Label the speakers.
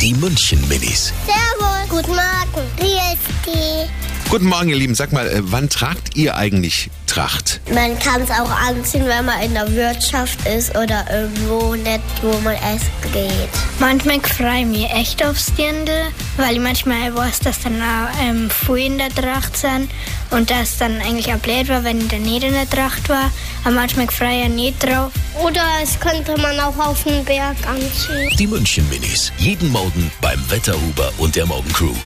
Speaker 1: Die München Minis.
Speaker 2: Servus. Guten Morgen. Wie
Speaker 1: Guten Morgen, ihr Lieben. Sag mal, äh, wann tragt ihr eigentlich Tracht?
Speaker 2: Man kann es auch anziehen, wenn man in der Wirtschaft ist oder irgendwo nicht, wo man essen geht.
Speaker 3: Manchmal freue ich mich echt aufs Dirndl, weil ich manchmal weiß, dass dann auch ähm, viele in der Tracht sind und dass dann eigentlich auch blöd war, wenn ich dann nicht in der Tracht war. Aber manchmal freue ich ja nicht drauf.
Speaker 2: Oder es könnte man auch auf dem Berg anziehen.
Speaker 1: Die München Minis. Jeden Morgen beim Wetterhuber und der Morgencrew.